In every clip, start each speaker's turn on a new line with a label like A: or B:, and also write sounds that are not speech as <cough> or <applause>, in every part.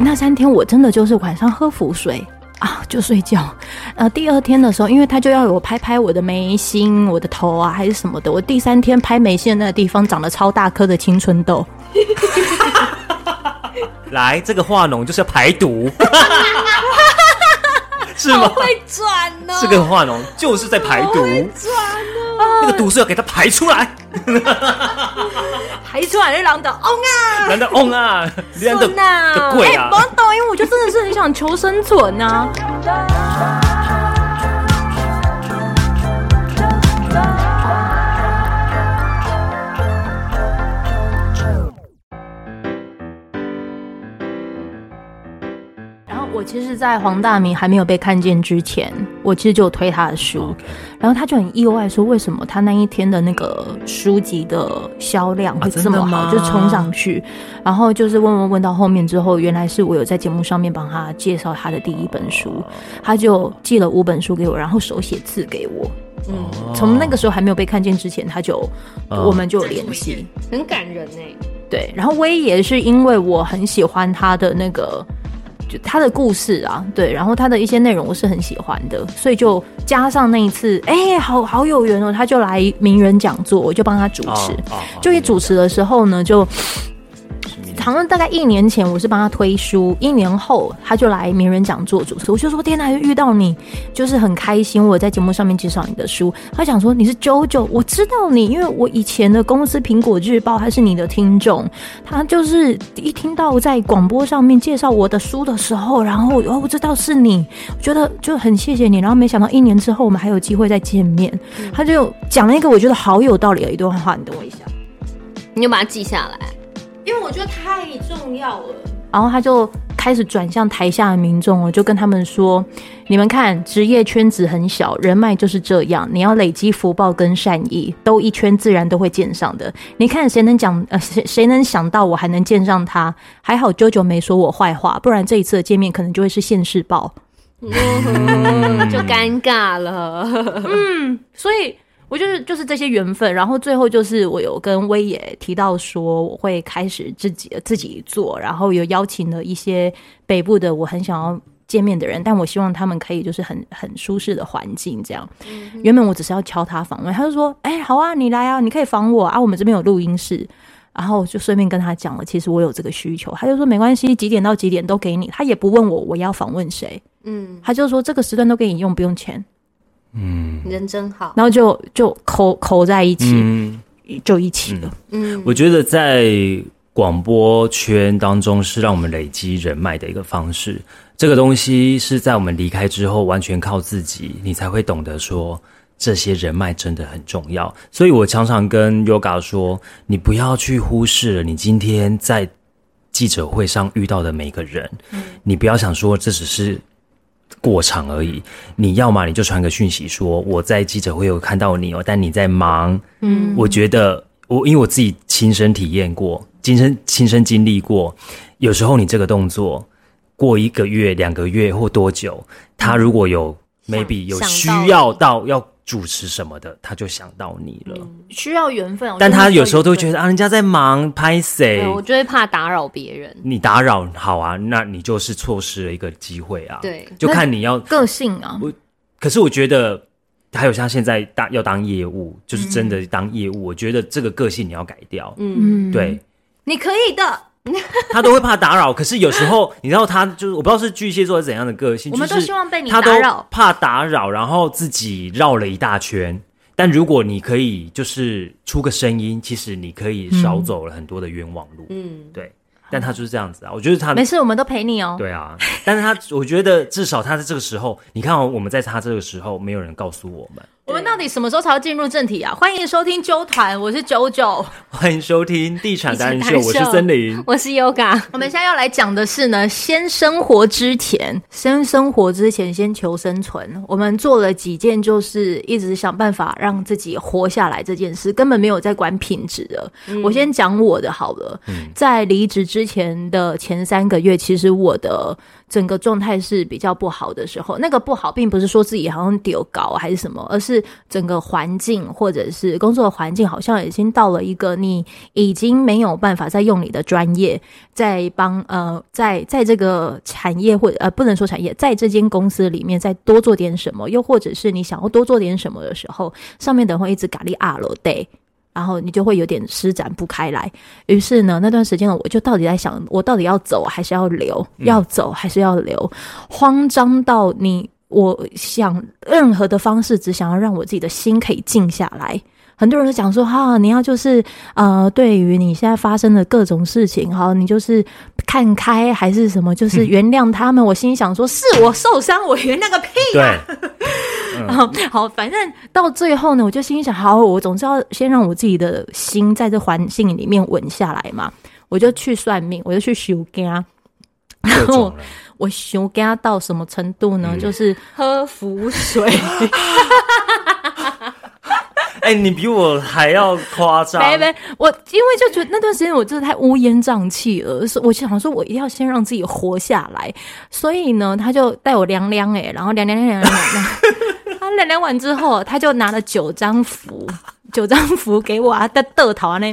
A: 那三天我真的就是晚上喝浮水啊，就睡觉。呃，第二天的时候，因为他就要我拍拍我的眉心、我的头啊，还是什么的。我第三天拍眉线那个地方长了超大颗的青春痘，
B: 来，这个化脓就是要排
A: <laughs>
B: 毒，是吗？
C: 会转哦，
B: 这个化脓就是在排毒，
C: 转哦，
B: 那个毒素要给它排出来。
A: 还出来那狼的哦啊！
B: 难道嗡啊？难道
A: 真的啊
B: 个贵啊
A: 哎，不？要抖音，我就真的是很想求生存啊。然后我其实，在黄大明还没有被看见之前，我其实就有推他的书
B: 哦 OK
A: 然后他就很意外说，为什么他那一天的那个书籍的销量会
B: 啊真
A: 这
B: 的
A: 么好，
B: 吗
A: 就冲上去。然后就是问问问到后面之后，原来是我有在节目上面帮他介绍他的第一本
B: 哦
A: 书，他就寄了五本书给我，然后手写字给我。
B: 哦
A: 从那个时候还没有被看见之前，他就、
B: 哦
A: 我们就有联系。
C: 很感人哎。
A: 对，然后威也是因为我很喜欢他的那个，就他的故事啊，对，然后他的一些内容我是很喜欢的，所以就加上那一次，哎、好好有缘哦，他就来名人讲座，我就帮他主持。
B: 哦哦哦
A: 就一主持的时候呢，就
B: 是你
A: 好像大概一年前，我是帮他推书，一年后他就来名人讲座主持，我就说天哪，又遇到你，就是很开心。我有在节目上面介绍你的书，他想说你是 JoJo，我知道你，因为我以前的公司《苹果日报》还是你的听众，他就是一听到在广播上面介绍我的书的时候，然后哦，我知道是你，我觉得就很谢谢你。然后没想到一年之后我们还有机会再见面，他就讲了一个我觉得好有道理的一段话，你等我一下。
C: 你就把它记下来，
A: 因为我觉得太重要了。然后他就开始转向台下的民众哦，就跟他们说：“你们看，职业圈子很小，人脉就是这样，你要累积福报跟善意，兜一圈自然都会见上的。你看谁能讲 <laughs> 呃谁谁能想到我还能见上他？还好啾啾没说我坏话，不然这一次的见面可能就会是现世报。
C: 嗯就尴尬了。
A: 所以我就是就是这些缘分，然后最后就是我有跟威也提到说我会开始自己自己做，然后有邀请了一些北部的我很想要。见面的人，但我希望他们可以就是很很舒适的环境这样。原本我只是要敲他访问，他就说：“哎、好啊，你来啊，你可以访我啊，我们这边有录音室。”然后我就顺便跟他讲了，其实我有这个需求。他就说：“没关系，几点到几点都给你。”他也不问我我要访问谁，
C: 嗯，
A: 他就说这个时段都给你用，不用钱。
C: 嗯人真好。
A: 然后就就扣扣在一起，
B: 嗯，
A: 就一起了。
C: 嗯，
B: 我觉得在广播圈当中是让我们累积人脉的一个方式。这个东西是在我们离开之后，完全靠自己，你才会懂得说这些人脉真的很重要。所以我常常跟 Yoga 说，你不要去忽视了你今天在记者会上遇到的每个人，你不要想说这只是过场而已。你要么你就传个讯息说我在记者会有看到你哦，但你在忙。嗯，我觉得我因为我自己亲身体验过，亲身亲身经历过，有时候你这个动作过一个月、两个月或多久，他如果有 maybe 有
C: 想
B: 需
C: 到你嗯
B: 要到要主持什么的，他就想到你了。
A: 需要缘分，
B: 但他有时候都会觉
A: 得
B: 得啊，人家在忙，拍谁？
C: 对我就会怕打扰别人。
B: 你打扰好啊，那你就是错失了一个机会啊。
C: 对
B: 就看你要。
A: 个性啊，
B: 可是我觉得，还有像现在当要当业务，就是真的当业务，我觉得这个个性你要改掉。
C: 嗯，
A: 嗯，
B: 对
C: 你可以的。
B: 他都会怕打扰，可是有时候你知道他就是我不知道是巨蟹座是怎样的个性，
A: 我们都
B: 就是
A: 希望被你
B: 他都
A: 打扰
B: 怕打扰，然后自己绕了一大圈。但如果你可以就是出个声音，其实你可以少走了很多的冤枉路。
C: 嗯，
B: 对，但他就是这样子啊，我觉得他
A: 没事，我们都陪你哦。
B: 对啊，但是他，我觉得至少他在这个时候，你看、哦、我们在他这个时候，没有人告诉我们。 <laughs>
A: 我们到底什么时候才要进入正题啊？欢迎收听纠团，我是九九。
B: 欢迎收听《地产达人秀》，
C: 地
B: 我
C: 产达人秀
B: 是森林。
C: 我是 Yoga。
A: <laughs> 我们现在要来讲的是呢，先生活之前，先生活之前先求生存。我们做了几件，就是一直想办法让自己活下来这件事，根本没有在管品质的。我先讲我的好了，在离职之前的前三个月，其实我的整个状态是比较不好的时候，那个不好并不是说自己好像丢稿还是什么，而是整个环境或者是工作的环境好像已经到了一个你已经没有办法再用你的专业在帮呃在在这个产业或呃不能说产业，在这间公司里面再多做点什么，又或者是你想要多做点什么的时候，上面的人会一直咖喱啊罗 day。然后你就会有点施展不开来。于是呢，那段时间我就到底在想，我到底要走还是要留？要走还是要留？慌张到你，我想任何的方式，只想要让我自己的心可以静下来。很多人都讲说，哈、你要就是呃，对于你现在发生的各种事情，哈，你就是看开还是什么，就是原谅他们。我心里想说，是我受伤，我原谅个屁啊
B: 对，
A: 好，反正到最后呢，我就心想，好，我总是要先让我自己的心在这环境里面稳下来嘛。我就去算命，我就去修家，
B: 各种
A: <laughs>
B: 人
A: 我修家到什么程度呢？就是 <laughs>
C: 喝符水，
B: 哎、你比我还要夸张，
A: 没没，我因为就觉得那段时间我真的太乌烟瘴气了，所以我想说我一定要先让自己活下来，所以呢，他就带我量量哎、然后量量量量量量，他量 <laughs> 量完之后，他就拿了九张符，九张符给我啊，在豆头啊那。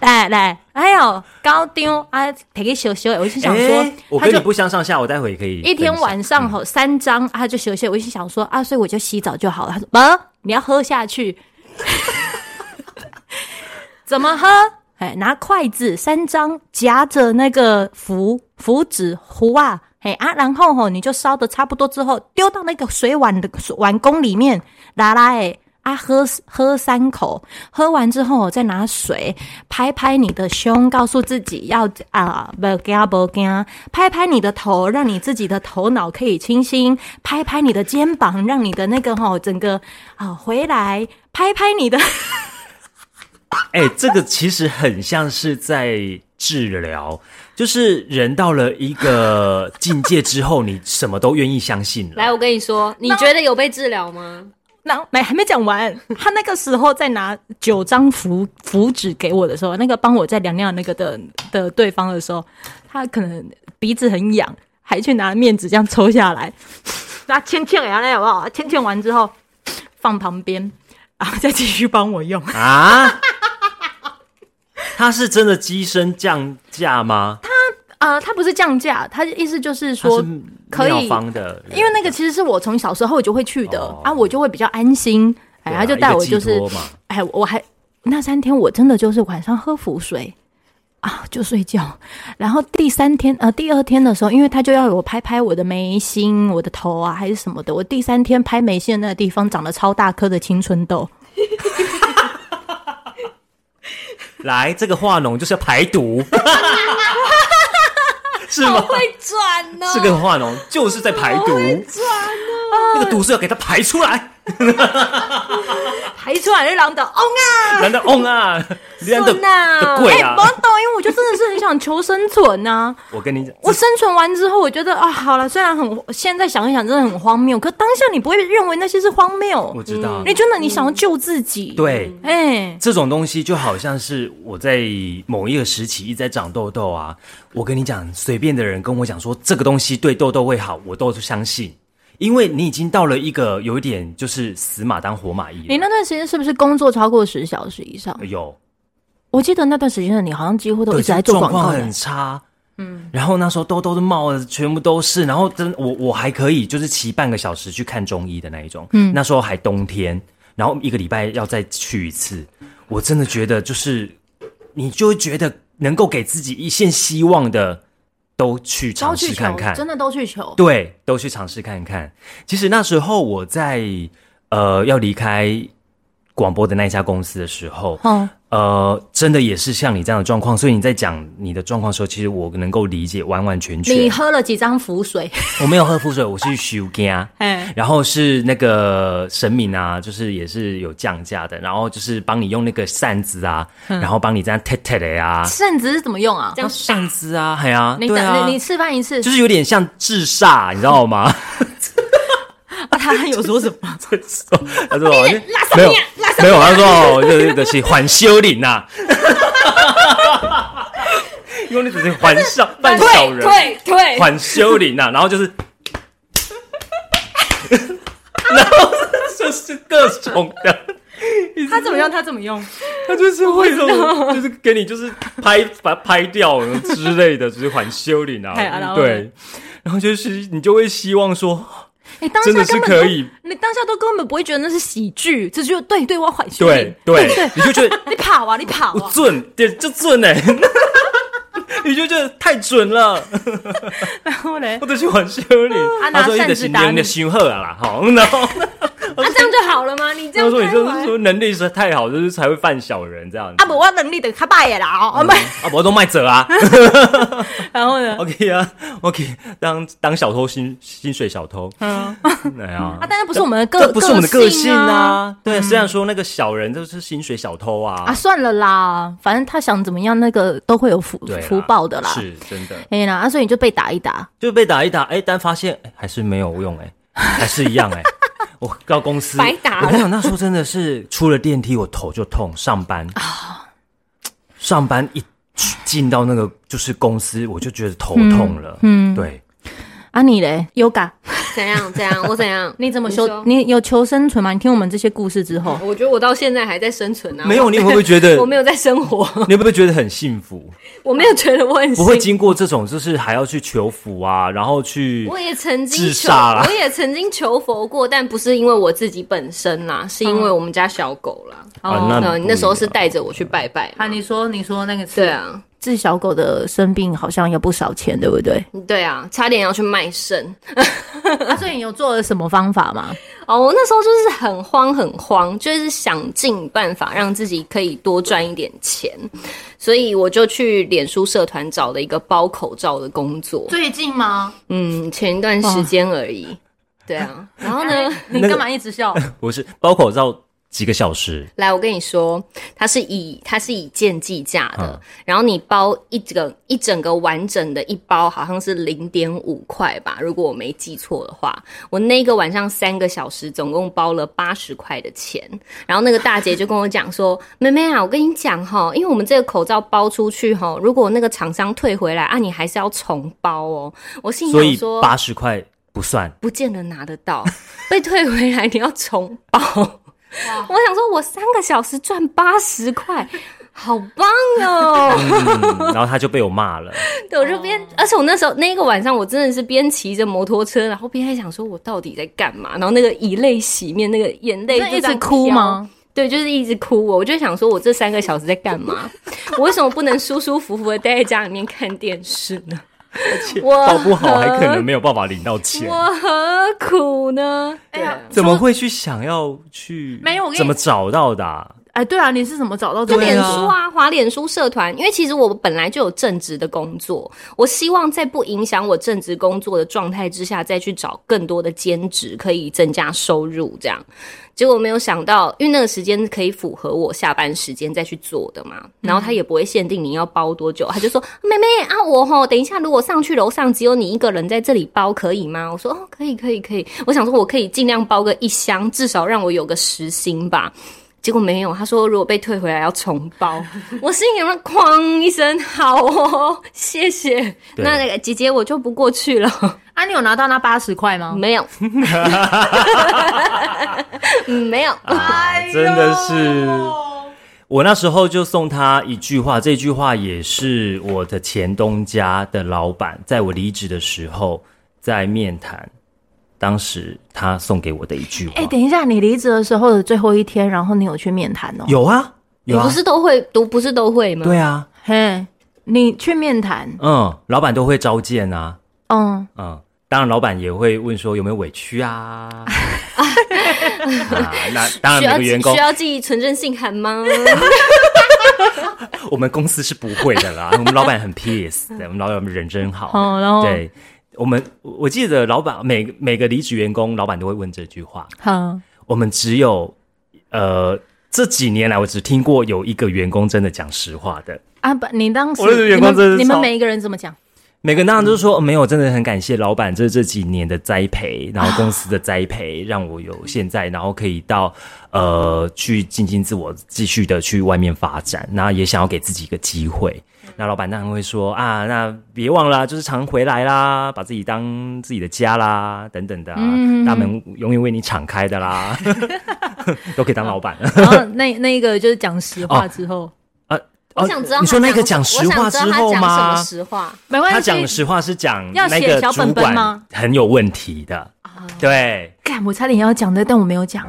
A: 来来，哎呦，高丢啊，摕去修修的，我就想说，
B: 哎我
A: 他
B: 跟
A: 就
B: 你不相上下，我待会也可以
A: 一天
B: 分享嗯
A: 晚上吼、三张，啊他就休息。我心想说啊，所以我就洗澡就好了。他说不，你要喝下去，怎么喝？哎，拿筷子三张夹着那个符符纸壶啊，哎啊，然后吼、你就烧的差不多之后，丢到那个水碗的水碗公里面，啦啦哎。啊，喝喝三口，喝完之后再拿水拍拍你的胸，告诉自己要啊不惊不惊，拍拍你的头，让你自己的头脑可以清新，拍拍你的肩膀，让你的那个吼、整个啊、回来，拍拍你的，
B: 哎、这个其实很像是在治疗，就是人到了一个境界之后，你什么都愿意相信了。
C: 来，我跟你说，你觉得有被治疗吗？
A: 然后没哎还没讲完，他那个时候在拿九张符符纸给我的时候，那个帮我在量量那个的的对方的时候，他可能鼻子很痒，还去拿面纸这样抽下来，那牵牵给他那好不好？牵牵完之后放旁边，然后再继续帮我用。
B: 啊？他是真的机身降价吗？
A: <laughs> 呃，他不是降价，他意思啊就是
B: 他
A: 说
B: 是
A: 可
B: 妙
A: 以，
B: 方的人，
A: 因为那个其实是我从小时候就会去的、
B: 哦
A: 啊，我就会比较安心。哎，
B: 对啊
A: 他就带我
B: 一个
A: 就
B: 寄
A: 是
B: 托嘛，
A: 哎，我还那三天我真的就是晚上喝符水啊，就睡觉。然后第三天呃，第二天的时候，因为他就要我拍拍我的眉心、我的头啊，还是什么的。我第三天拍眉心的那个地方长了超大颗的青春痘，
B: 来这个化脓就是要排
A: <laughs>
B: 毒，是吗？
A: 哦
C: 会转呢
B: 这个化脓就是在排毒，
A: 哦
B: 那个毒是要给它排出来。
A: 排出来就狼的哦
B: 难道嗡啊？
A: <laughs>
B: 难道
C: 顺啊
B: 的贵
A: 哎，
B: 啊
A: 不？懂，因为我就真的是很想求生存呐、
B: 我跟你讲，
A: 我生存完之后，我觉得啊，好了，虽然很现在想一想真的很荒谬，可当下你不会认为那些是荒
B: 我
A: 谬，
B: 知道，
A: 你真的你想要救自己，，
B: 对。
A: 哎，
B: 这种东西就好像是我在某一个时期一直在长痘痘啊，我跟你讲，随便的人跟我讲说这个东西对痘痘会好，我都相信，因为你已经到了一个有一点就是死马当活马医
A: 你
B: 了。哎
A: 那段时间是不是工作超过十小时以上？
B: 有
A: 我记得那段时间的你好像几乎都
B: 对，
A: 一直在做
B: 状
A: 广告
B: 况
A: 的
B: 很差，嗯，然后那时候痘痘都冒的全部都是，然后真我我还可以就是骑半个小时去看中医的那一种，嗯，那时候还冬天，然后一个礼拜要再去一次，我真的觉得就是你就会觉得能够给自己一线希望的，都去
A: 都
B: 尝
A: 去
B: 试
A: 求，
B: 看看，
A: 真的都去求。
B: 对，都去尝试看看。其实那时候我在呃要离开广播的那一家公司的时候，
A: 嗯
B: 呃，真的也是像你这样的状况，所以你在讲你的状况的时候，其实我能够理解完完全
A: 你
B: 全。
A: 喝了几张符 <laughs> 水？
B: <laughs> 我没有喝符水，我是修
A: <laughs>
B: 家，
A: 哎，
B: 然后是那个神明啊，就是也是有降价的，然后就是帮你用那个扇子啊，然后帮你这样踢踢的啊，
A: 嗯扇子是怎么用啊？
C: 这样
B: 扇子啊，哎呀、
A: 你
B: 对
A: 讲、
B: 啊
A: 你，你示范一次
B: 就。是有点像治煞，你知道吗？
A: <laughs> 啊他有说什么？
B: <laughs>
A: 哎
B: 他说没有没有，他说哦，就是就是还修理呐，用力只是还
A: <laughs>
B: 上半小
C: 退
B: 人，
C: 退退，
B: 缓修理呐、然后就是， <laughs> 然后就是各种的，
D: 他怎么用他怎么用，
C: <laughs>
B: 他就是会这种，就是给你就是拍把它拍掉之类的，就是缓修
D: <laughs>
B: 理呐、
D: 太阿拉伯
B: 对，然后就是你就会希望说，
D: 哦
A: 你当下
B: 真的是
A: 根本
B: 可
A: 都
B: 以，
A: 你当下都根本不会觉得那是喜剧，这就对对我缓修
B: 对对，你就觉得 <laughs>
D: 你跑啊你跑
B: 我
D: 啊，
B: 准，对，就准哎、 <laughs> 你就觉得太准了，
D: 然后嘞
B: 我，都去缓修理。
D: 啊
B: 他
D: 拿
B: 说：“你
D: 扇
B: 的
D: 子
B: 行
D: 打
B: 你的
D: 你
B: 行贺啊啦， <laughs> 好，然后
C: 啊，这样就好了吗？你
B: 他
C: 这样
B: 说：“你
C: 开
B: 就是
C: 完
B: 说能力实在太好，就是才会犯小人这样。”
A: 啊，不，我能力的较歹的啦哦，啊不，
B: 啊，我都卖折啊 <laughs>
D: 然后呢，
B: ，OK 啊，OK，当当小偷薪薪水小偷，
D: 嗯，
B: <laughs> 哎呀
A: 啊，，但是不是我们的
B: 这
A: 个，
B: 不是我们的个性
A: 啊。
B: 啊。对，虽然说那个小人就是薪水小偷啊
A: 啊，，算了啦，反正他想怎么样，那个都会有福
B: 对啦
A: 福报的啦。
B: 是真的，
A: 哎啦，啊，所以你就被打一打，
B: 就被打一打，哎，但发现哎还是没有用，哎，还是一样，哎。我到公司
C: 白打了
B: 我跟你讲，那时候真的是出了电梯，我头就痛。上班啊，上班一进到那个就是公司，我就觉得头痛了。嗯，对，
A: 啊你嘞，Yoga，
C: 怎样怎样，我怎
B: <laughs>
C: 样？
A: 你怎么
C: 修
A: 求？你有求生存吗？你听我们这些故事之后，
C: 我觉得我到现在还在生存啊，
B: 没有，
C: 我
B: 你会不会觉得
C: <laughs> 我没有在生活，
B: 你会不会觉得很幸福？
C: 我没有觉得我很
B: 不会
C: 幸
B: 经过这种，就是还要去求福啊，然后去
C: 福我也曾经
B: 自
C: 求，
B: 杀啦
C: 我也曾经求佛过，但不是因为我自己本身啦，是因为我们家小狗啦。
B: 嗯啊，那
C: 嗯，你那时候是
B: 带
C: 带着我去拜拜嘛
D: 啊，你说你说那个词
C: 对，啊，
A: 治小狗的生病好像也不少钱，对不对？
C: 对啊，差点要去卖肾。
A: 啊，所以你有做了什么方法吗？
C: 哦，我那时候就是很慌很慌，就是想尽办法让自己可以多赚一点钱，所以我就去脸书社团找了一个包口罩的工作。
D: <laughs> 最近吗？
C: 嗯，前一段时间而已。对啊，然后
A: 哎
C: 呢？
D: 你
B: 那个
D: 干嘛一直笑？
B: 我是包口罩几个小时，
C: 来，我跟你说，它是以它是以件计价的，
B: 嗯
C: 然后你包一整一整个完整的一包，好像是零点五块吧，如果我没记错的话。我那个晚上三个小时，总共包了八十块的钱。然后那个大姐就跟我讲说：“妹妹啊，我跟你讲哈，因为我们这个口罩包出去哈，如果那个厂商退回来啊，你还是要重包哦。”我心里
B: 所
C: 想
B: 以
C: 说，
B: 八十块不算。
C: 不见得拿得到， <laughs> 被退回来你要重包。我想说，我三个小时赚八十块，好棒哦！
A: <laughs>
B: 嗯，然后他就被我骂了。
C: 对，我就边，
A: 哦
C: 而且我那时候那个晚上，我真的是边骑着摩托车，然后边在想说，我到底在干嘛？然后那个以泪洗面，那个眼泪
A: 那
C: 就
A: 一
C: 这
A: 直
C: 样
A: 哭
D: 哦
A: 吗？
C: 飙？对，就是一直哭我。我就想说，我这三个小时在干
A: <laughs>
C: 嘛？我为什么不能舒舒服服的待在家里面看电视呢？我
B: 报不好还可能没有办法领到钱，
C: 我何苦呢？
D: 哎呀
C: 对啊
B: 怎么会去想要去？
D: 没有我跟你
B: 怎么找到的啊、
A: 哎，对啊，你是怎么找到这
C: 就
A: 个
C: 脸
A: 的？
C: 书啊，滑脸书社团，因为其实我本来就有正职的工作，我希望在不影响我正职工作的状态之下，再去找更多的兼职，可以增加收入。这样，结果没有想到，因为那个时间可以符合我下班时间再去做的嘛，然后他也不会限定你要包多久，他就说：“妹妹啊，我吼，等一下如果上去楼上只有你一个人在这里包，可以吗？”我说：“哦，可以，可以，可以。”我想说，我可以尽量包个一箱，至少让我有个时薪吧。结果没有，他说如果被退回来要重包，我心里面哐一声，好哦，谢谢。
B: 对
C: 那那个姐姐我就不过去了，
D: 啊，你有拿到那八十块吗？
C: 没有，嗯没有，
D: 哎
B: 真的是。我那时候就送他一句话，这句话也是我的前东家的老板，在我离职的时候在面谈，当时他送给我的一句话。
A: 哎，等一下，你离职的时候的最后一天，然后你有去面谈哦？，
B: 有啊，
C: 你
B: 有啊
C: 不，是都会读，不是都会吗？
B: 对啊，
A: 嘿，你去面谈，
B: 嗯，老板都会召见啊，
A: 嗯，
B: 嗯，当然老板也会问说有没有委屈
C: <laughs>
B: 啊，啊那当然
C: 需
B: 每
C: 要
B: 个员工哦
C: 需，要寄存证信
B: <laughs>
C: 函吗？
B: 我们公司是不会的
C: <laughs>
B: 啦，我们老板很 peace，的我们老板人真好，
A: 好，然后，
C: 哦
B: 对。我们我我记得老板每每个离职员工，老板都会问这句话。
A: 好，
B: 我们只有呃这几年来，我只听过有一个员工真的讲实话的，
A: 啊不，你当时
B: 我的员工
A: 你
B: 真的
A: 们
B: 是
A: 你们
B: 超
A: 每一个人怎么讲？
B: 每个人当然都说、呃没有，真的很感谢老板这这几年的栽培，然后公司的栽培，
C: <laughs>
B: 让我有现在，然后可以到呃去精进自我，继续的去外面发展，那也想要给自己一个机会。那老板当然会说啊，那别忘了啊，就是常回来啦，把自己当自己的家啦，等等的、啊，
C: 嗯
B: 大门永远为你敞开的啦， <laughs> 都可以当老板。
D: 然后那那一个就是讲实话之后，
C: <laughs> 我想知道
B: 哦
C: 他
B: 你说那个
C: 讲
B: 讲
C: 什
B: 实
C: 么
B: 话
C: 我想知道
B: 之
C: 他
B: 后
C: 讲什
B: 吗
C: 么？实话，
D: 没关
B: 他
D: 系
B: 讲，实话是讲
D: 要
B: 那
D: 写
B: 个
D: 小本
B: 主
D: 本
B: 管
D: 吗啊
B: 很有问题的，对。
A: 干，我差点要讲的，但我没有讲。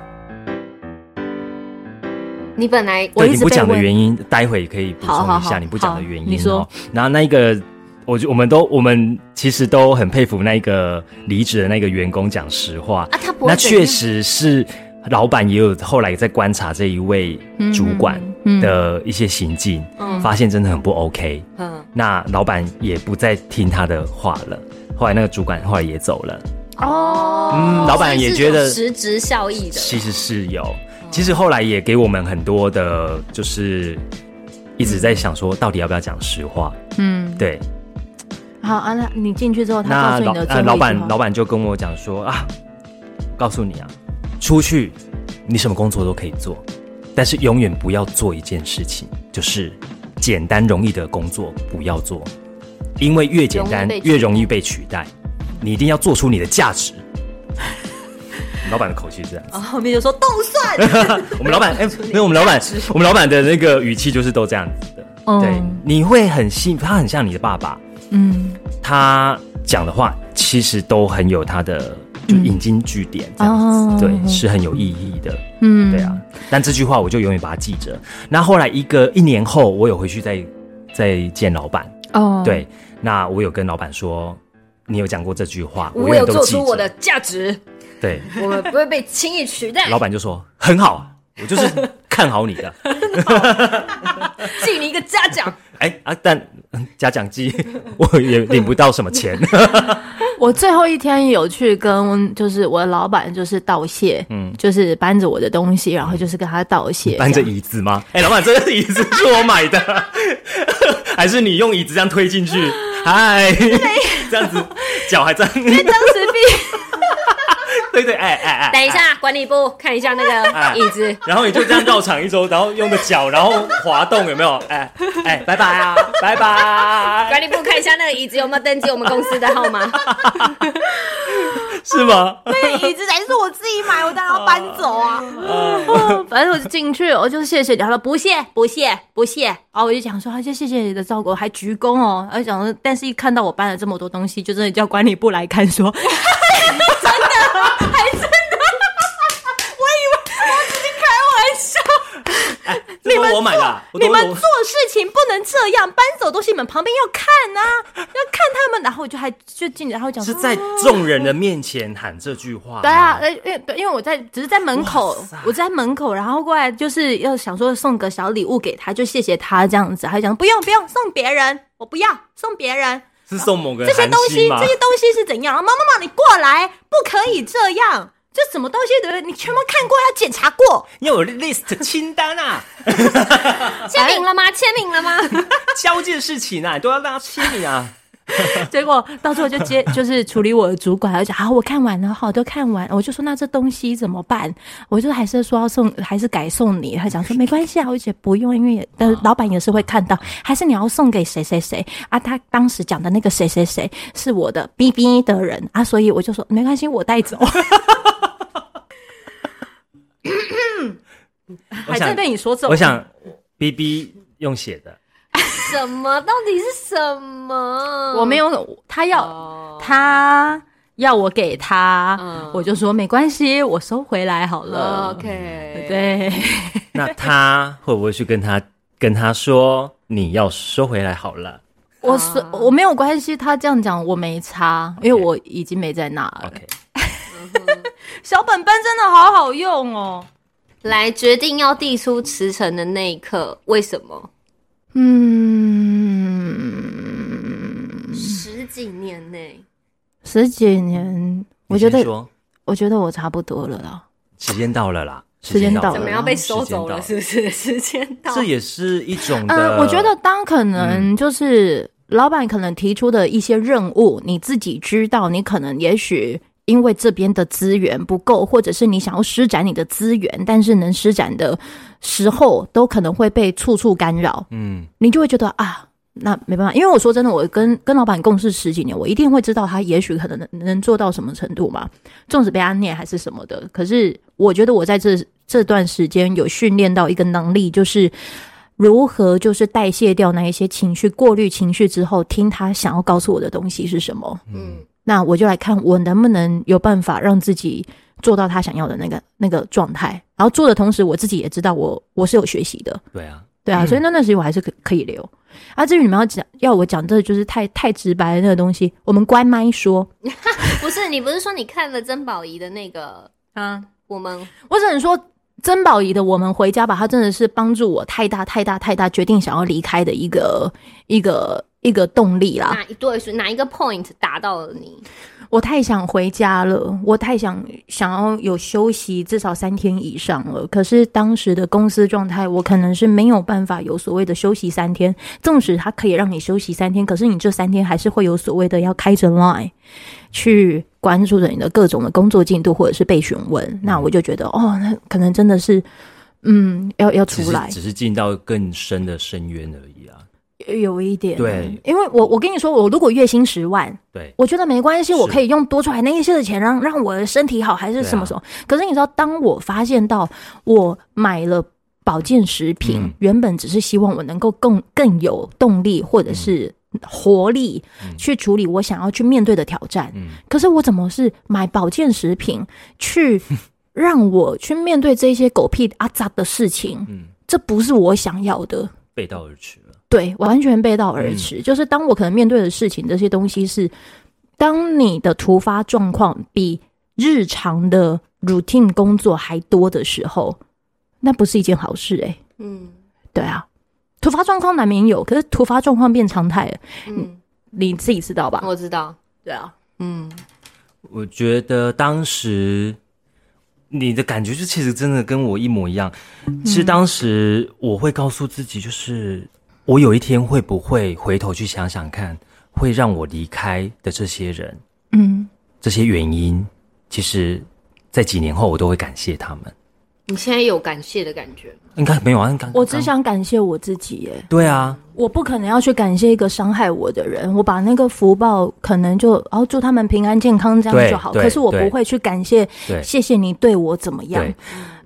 C: 你本来
A: 我
B: 对
A: 一
B: 你
A: 直
B: 不
A: 被
B: 讲的
A: 问
B: 原因，待会可以补充
D: 好好
B: 一下
D: 好
B: 你不讲
D: 好
B: 的原因、哦。
D: 你说，
B: 然后那一个，我就我们都我们其实都很佩服那一个离职的那个员工讲实话，
C: 啊，他不会
B: 那
C: 怎
B: 确
C: 样
B: 实是老板也有后来也在观察这一位主管
D: 嗯
B: 的一些行径，发现真的很不 OK。
C: 嗯，
B: 那老板也不再听他的话了。后来那个主管后来也走了，
C: 哦，
B: 嗯老板
C: 所以
B: 也
C: 是
B: 觉
C: 有
B: 得
C: 实质效益的，
B: 其实是有，其实后来也给我们很多的，就是一直在想说，到底要不要讲实话？
D: 嗯，
B: 对，
A: 好啊，那你进去之后，他
B: 那
A: 告诉
B: 老
A: 你的最后
B: 呃
A: 一
B: 老
A: 句
B: 板
A: 话
B: 老板就跟我讲说啊，告诉你啊，出去你什么工作都可以做，但是永远不要做一件事情，就是简单容易的工作不要做，因为越简单
C: 容易被取代
B: 越容易被取代，你一定要做出你的价值。 <laughs> 老板的口气是这样子，
D: 然后后面就说动算，
B: <laughs> 我们老
C: <laughs>
B: 板哎，没有我们老板，我们老板的那个语气就是都这样子的。
C: 嗯
B: 对，你会很信，他很像你的爸爸。
A: 嗯，
B: 他讲的话其实都很有他的，就引经据典这样子，
A: 哦
B: 对，是很有意义的，
A: 嗯
B: 对啊。但这句话我就永远把它记着。那后来一个一年后，我有回去再再见老板，
A: 哦，
B: 对，那我有跟老板说，你有讲过这句话，
C: 我
B: 永远
C: 有
B: 都
C: 做
B: 记着
C: 出我的，价值，
B: 对，
C: <laughs> 我们不会被轻易取代。
B: 老板就说很好，我就是看好你的，
C: 记你一个嘉
B: <laughs>
C: 奖，
B: 哎、啊，但嗯嘉奖季我也领不到什么钱， <laughs>
A: 我最后一天有去跟就是我的老板就是道谢，嗯，就是搬着我的东西，然后就是跟他道谢，
B: 搬着
A: 这样
B: 椅子吗？哎、老板，这个椅子是我买的， <laughs> 还是你用椅子这样推进去？嗨，这样子脚还这样，
C: 当时必
B: <laughs> 对对，哎哎哎，
C: 等一下，管理部看一下那
B: 哎
C: 个椅子。
B: 然后你就这样绕场一周，然后用个脚，然后滑动，有没有？哎哎，拜拜啊，拜拜，
C: 管理部看一下那个椅子有没有登记我们公司的 <laughs> 号码？
B: 是吗？
D: 椅子才是我自己买，我当然要搬走啊。
B: 哦
A: <laughs> 反正我就进去，我就谢谢你。他说不谢不谢不谢。然后我就讲说，他就谢谢你的照顾，还鞠躬哦。然后讲说，但是一看到我搬了这么多东西，就真的叫管理部来看说，
B: 你们我买的啊，我
A: 你
B: 都
A: 们
B: 我
A: 做事情不能这样，搬走东西你们旁边要看啊，要看他们。然后我就还就进去，然后讲
B: 是
A: 说。
B: 在众人的面前喊这句话吗，
A: 对啊，呃，因为对因为我在只是在门口
B: 哇塞，
A: 我在门口，然后过来就是要想说送个小礼物给他，就谢谢他这样子。他就讲不用不用，送别人，我不要送别人。
B: 是送某个
A: 这些
B: 韩
A: 东西，
B: 信吗
A: 这？些东西是怎样？妈妈妈，你过来，不可以这样。这什么东西对不对？你全部看过，要检查过。
B: 你有 list 清单啊，
C: 签名了吗？签名了吗？
B: 交件事情啊，都要让他签
A: <laughs>
B: 名啊。
A: 结果到最后就接， <laughs> 就是处理我的主管，而且啊好，我看完了，好，都看完。我就说那这东西怎么办？我就还是说要送，还是改送你。他讲说没关系啊，我姐不用，因为也但老板也是会看到，还是你要送给谁谁谁啊？他当时讲的那个谁谁谁是我的 B B 的人啊，所以我就说没关系，我带走。
B: 我
D: 还
B: 想
D: 真被你说中。
B: 我想 B B 用写的，
C: 什么？到底是什么？
A: 我没有，他要、
C: 哦
A: 他要我给他，
C: 嗯哦
A: 我就说没关系，我收回来好了。
C: OK，，
A: 嗯对，
B: 那他会不会去跟他跟他说你要收回来好了
A: 我是我没有关系，他这样讲我没差，因为我已经没在那了。
B: ？OK，
A: 小本本真的好好用哦。
C: 来决定要递出辞呈的那一刻，为什么？
A: 嗯，
C: 十几年内，
A: 十几年，我
B: 你
A: 觉
B: 先
A: 得
B: 说
A: 我觉得我差不多了啦。
B: 时间到了啦，
A: 时间到了
C: 怎么
A: 然
C: 样
A: 后
C: 被收走了？
B: 时
C: 是不是？ <laughs> 时间
B: 间
C: 到
B: 到了这也是一种
A: 嗯，
B: 的，嗯
A: 我觉得当可能就是老板可能提出的一些任务，你自己知道，你可能也许因为这边的资源不够，或者是你想要施展你的资源，但是能施展的时候，都可能会被处处干扰，
B: 嗯，
A: 你就会觉得啊，那没办法，因为我说真的，我跟跟老板共事十几年，我一定会知道他也许可能能能做到什么程度嘛，纵使被他念还是什么的。可是我觉得我在这这段时间有训练到一个能力，就是如何就是代谢掉那一些情绪，过滤情绪之后，听他想要告诉我的东西是什么。
C: 嗯，
A: 那我就来看我能不能有办法让自己做到他想要的那个那个状态。然后做的同时，我自己也知道我我是有学习的，
B: 对啊，
A: 对啊，所以那段时间我还是可可以留。啊，至于你们要讲要我讲，这就是太太直白的那个东西，我们关麦说。
C: 不是你不是说你看了曾宝仪的那个
D: 啊，
C: 我们
A: 我只能说，曾宝仪的《我们回家吧》，它真的是帮助我太大太大太大，决定想要离开的一个一个一个动力啦。
C: 哪一对是哪一个 point 打到了你？
A: 我太想回家了，我太想想要有休息至少三天以上了。可是当时的公司状态，我可能是没有办法有所谓的休息三天。纵使它可以让你休息三天，可是你这三天还是会有所谓的要开着 Line 去关注着你的各种的工作进度或者是被询问。那我就觉得，哦，那可能真的是，嗯，要要
B: 只
A: 出
B: 是
A: 来。
B: 只是进到更深的深渊而已啊。
A: 有一点
B: 对，
A: 因为我我跟你说，我如果月薪十万，
B: 对
A: 我觉得没关系，
B: 是啊
A: 我可以用多出来那一些的钱让让我的身体好，还是什么什么。可是你知道，当我发现到我买了保健食品，
B: 嗯
A: 原本只是希望我能够更更有动力或者是活力、
B: 嗯
A: 去处理我想要去面对的挑战，
B: 嗯，
A: 可是我怎么是买保健食品去让我去面对这些狗屁阿杂的事情？
B: 嗯，
A: 这不是我想要的。
B: 背道而驰啊了。
A: 对，完全背道
B: 嗯
A: 而驰。就是当我可能面对的事情，这些东西是，当你的突发状况比日常的 routine 工作还多的时候，那不是一件好事哎、
C: 嗯
A: 对啊，突发状况难免有，可是突发状况变常态了，
C: 嗯，
A: 你自己知道吧？
C: 我知道，
A: 对啊，
C: 嗯，
B: 我觉得当时你的感觉就其实真的跟我一模一样。其实当时我会告诉自己，就是我有一天会不会回头去想想看，会让我离开的这些人，
A: 嗯，
B: 这些原因，其实，在几年后我都会感谢他们。
C: 你现在有感谢的感觉吗？
B: 应该没有啊，刚
A: 我只想感谢我自己耶、
B: 对啊，
A: 我不可能要去感谢一个伤害我的人，我把那个福报可能就然后、祝他们平安健康这样
B: 对
A: 就好。
B: 对
A: 可是我
B: 对
A: 不会去感谢，
B: 对
A: 谢谢你对我怎么样，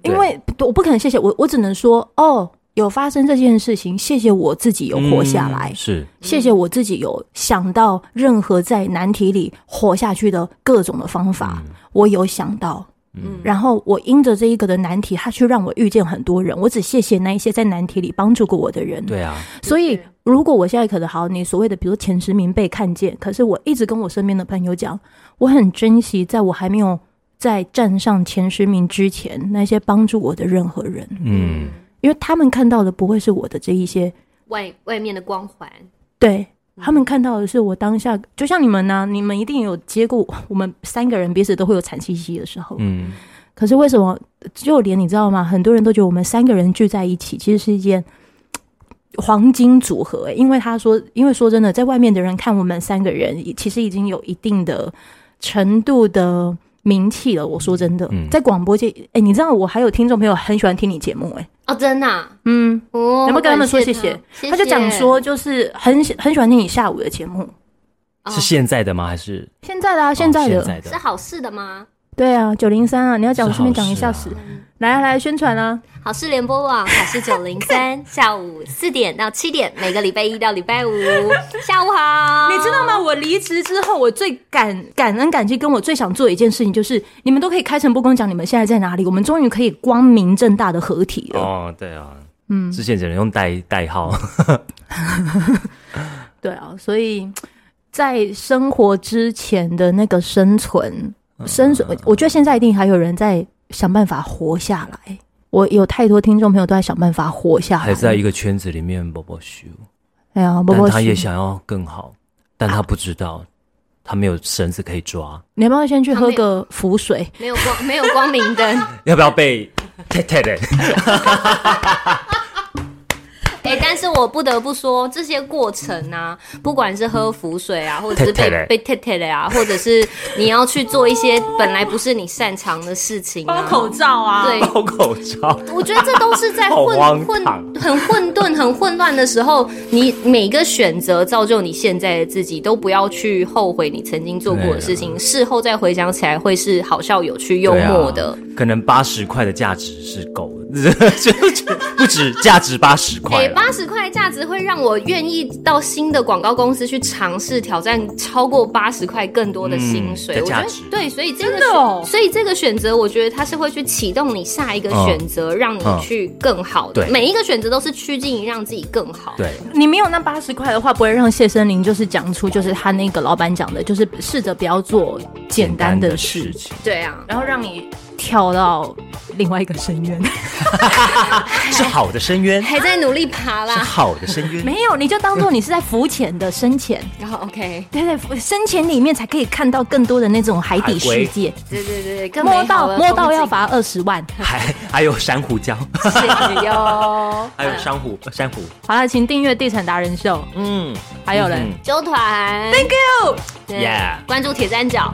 B: 对，
A: 因为我不可能谢谢我，我只能说哦，有发生这件事情，谢谢我自己有活下来，
B: 嗯是
A: 谢谢我自己有想到任何在难题里活下去的各种的方法，
B: 嗯
A: 我有想到。
C: 嗯
A: 然后我因着这一个的难题，它去让我遇见很多人。我只谢谢那一些在难题里帮助过我的人。
B: 对啊，
A: 所以，如果我现在可能好，你所谓的比如前十名被看见，可是我一直跟我身边的朋友讲，我很珍惜，在我还没有在站上前十名之前，那些帮助我的任何人，
B: 嗯，
A: 因为他们看到的不会是我的这一些，
C: 外外面的光环，嗯
A: 对他们看到的是我当下，就像你们呢、你们一定有接过，我们三个人彼此都会有惨兮兮的时候，
B: 嗯，
A: 可是为什么就连你知道吗？很多人都觉得我们三个人聚在一起，其实是一件嘖黄金组合、欸。因为他说，因为说真的，在外面的人看我们三个人，已其实已经有一定的程度的名气了。我说真的，
B: 嗯
A: 在广播界，哎、你知道我还有听众朋友很喜欢听你节目、欸，哎，
C: 哦，真的啊
A: 嗯，
C: 哦，
A: 能不能跟他们说谢
C: 感他谢
A: 他就讲说，就是很喜很喜欢听你下午的节目。
C: 哦
B: 是现在的吗？还是
A: 现在的嗯啊，现在的，
B: 哦现在的
C: 是好事的吗？
A: 对啊，九零三啊，你要讲，
B: 是
A: 我顺便讲一下
B: 好事
A: 时
B: 啊，
A: 来啊来宣传啊，
C: 好事联播网，好事九零三，下午四点到七点，每个礼拜一到
A: <laughs>
C: 礼拜五下午好。
A: 你知道吗？
B: 啊
A: 我离职之后，我最感感恩感激，跟我最想做的一件事情就是，你们都可以开诚布公讲你们现在在哪里，我们终于可以光明正大的合体了。
B: 哦，对啊，嗯，之前只能用代代号，
A: 对啊，所以在生活之前的那个生存，
B: 嗯
A: 生存，我觉得现在一定还有人在想办法活下来。我有太多听众朋友都在想办法活下来，
B: 还在一个圈子里面波波修，
A: 哎呀，不
B: 但
A: 过
B: 他也想要更好，但他不知道，他没有绳子可以抓，
A: 你要不要先去
C: 他没
A: 喝
C: 有
A: 个浮水？
C: 没有光，没有光明
A: <laughs>
C: 灯。
B: 要不要被太太的？
C: 哎、哎、但是我不得不说，这些过程啊，不管是喝浮水啊，或者是被
B: 贴贴嘞
C: 被贴贴的啊，或者是你要去做一些本来不是你擅长的事情、
D: 包
C: 啊，
D: 口罩啊，
C: 对，
B: 包口罩，
C: 我觉得这都是在
B: 好
C: 混
B: 荒
C: 混
B: 唐
C: 很混沌、很混乱的时候，你每个选择造就你现在的自己，都不要去后悔你曾经做过的事情，
B: 啊
C: 事后再回想起来会是好笑、有趣、幽
B: 对啊
C: 默的。哎
B: 可能八十块的价值是够的， <laughs> 就就不止价值八十块
C: 给
B: 了。
C: 八十块的价值会让我愿意到新的广告公司去尝试挑战超过八十块更多的薪
B: 嗯
C: 水。
B: 的
C: 我觉
B: 价
C: 得
B: 值
C: 对，所以这个
D: 真的哦
C: 选所以这个选择，我觉得它是会去启动你下一个
B: 嗯
C: 选择，让你
B: 嗯
C: 去更好的。
B: 对
C: 每一个选择都是趋近于让自己更好。
B: 对，
A: 你没有那八十块的话，不会让谢森林就是讲出就是他那个老板讲的，就是试着不要做简单的事，
B: 情，
C: 对啊，
A: 然后让你跳到另外一个深渊。
B: 是好的深渊，
C: 还在努力爬
B: 是
C: 啦。
B: 好的深渊。
A: <laughs> 没有，你就当做你是在浮潜的深潜，
C: <laughs> 然后 OK，
A: <laughs> 对对，浮深潜里面才可以看到更多的那种海底
B: 海龟
A: 世界，
C: 对对对，更
A: 摸
C: 美好
A: 到
C: 的
A: 摸到
C: 风景
A: 要罚二十万。
B: 还还有珊瑚礁，
C: <laughs> 是哟。
B: <laughs> 还有珊瑚珊瑚，
A: 好了，请订阅《地产达人秀》，
B: 嗯，
A: 还有嘞。
B: 嗯
C: 纠团，Thank you，
B: Yeah
C: 关注铁三角，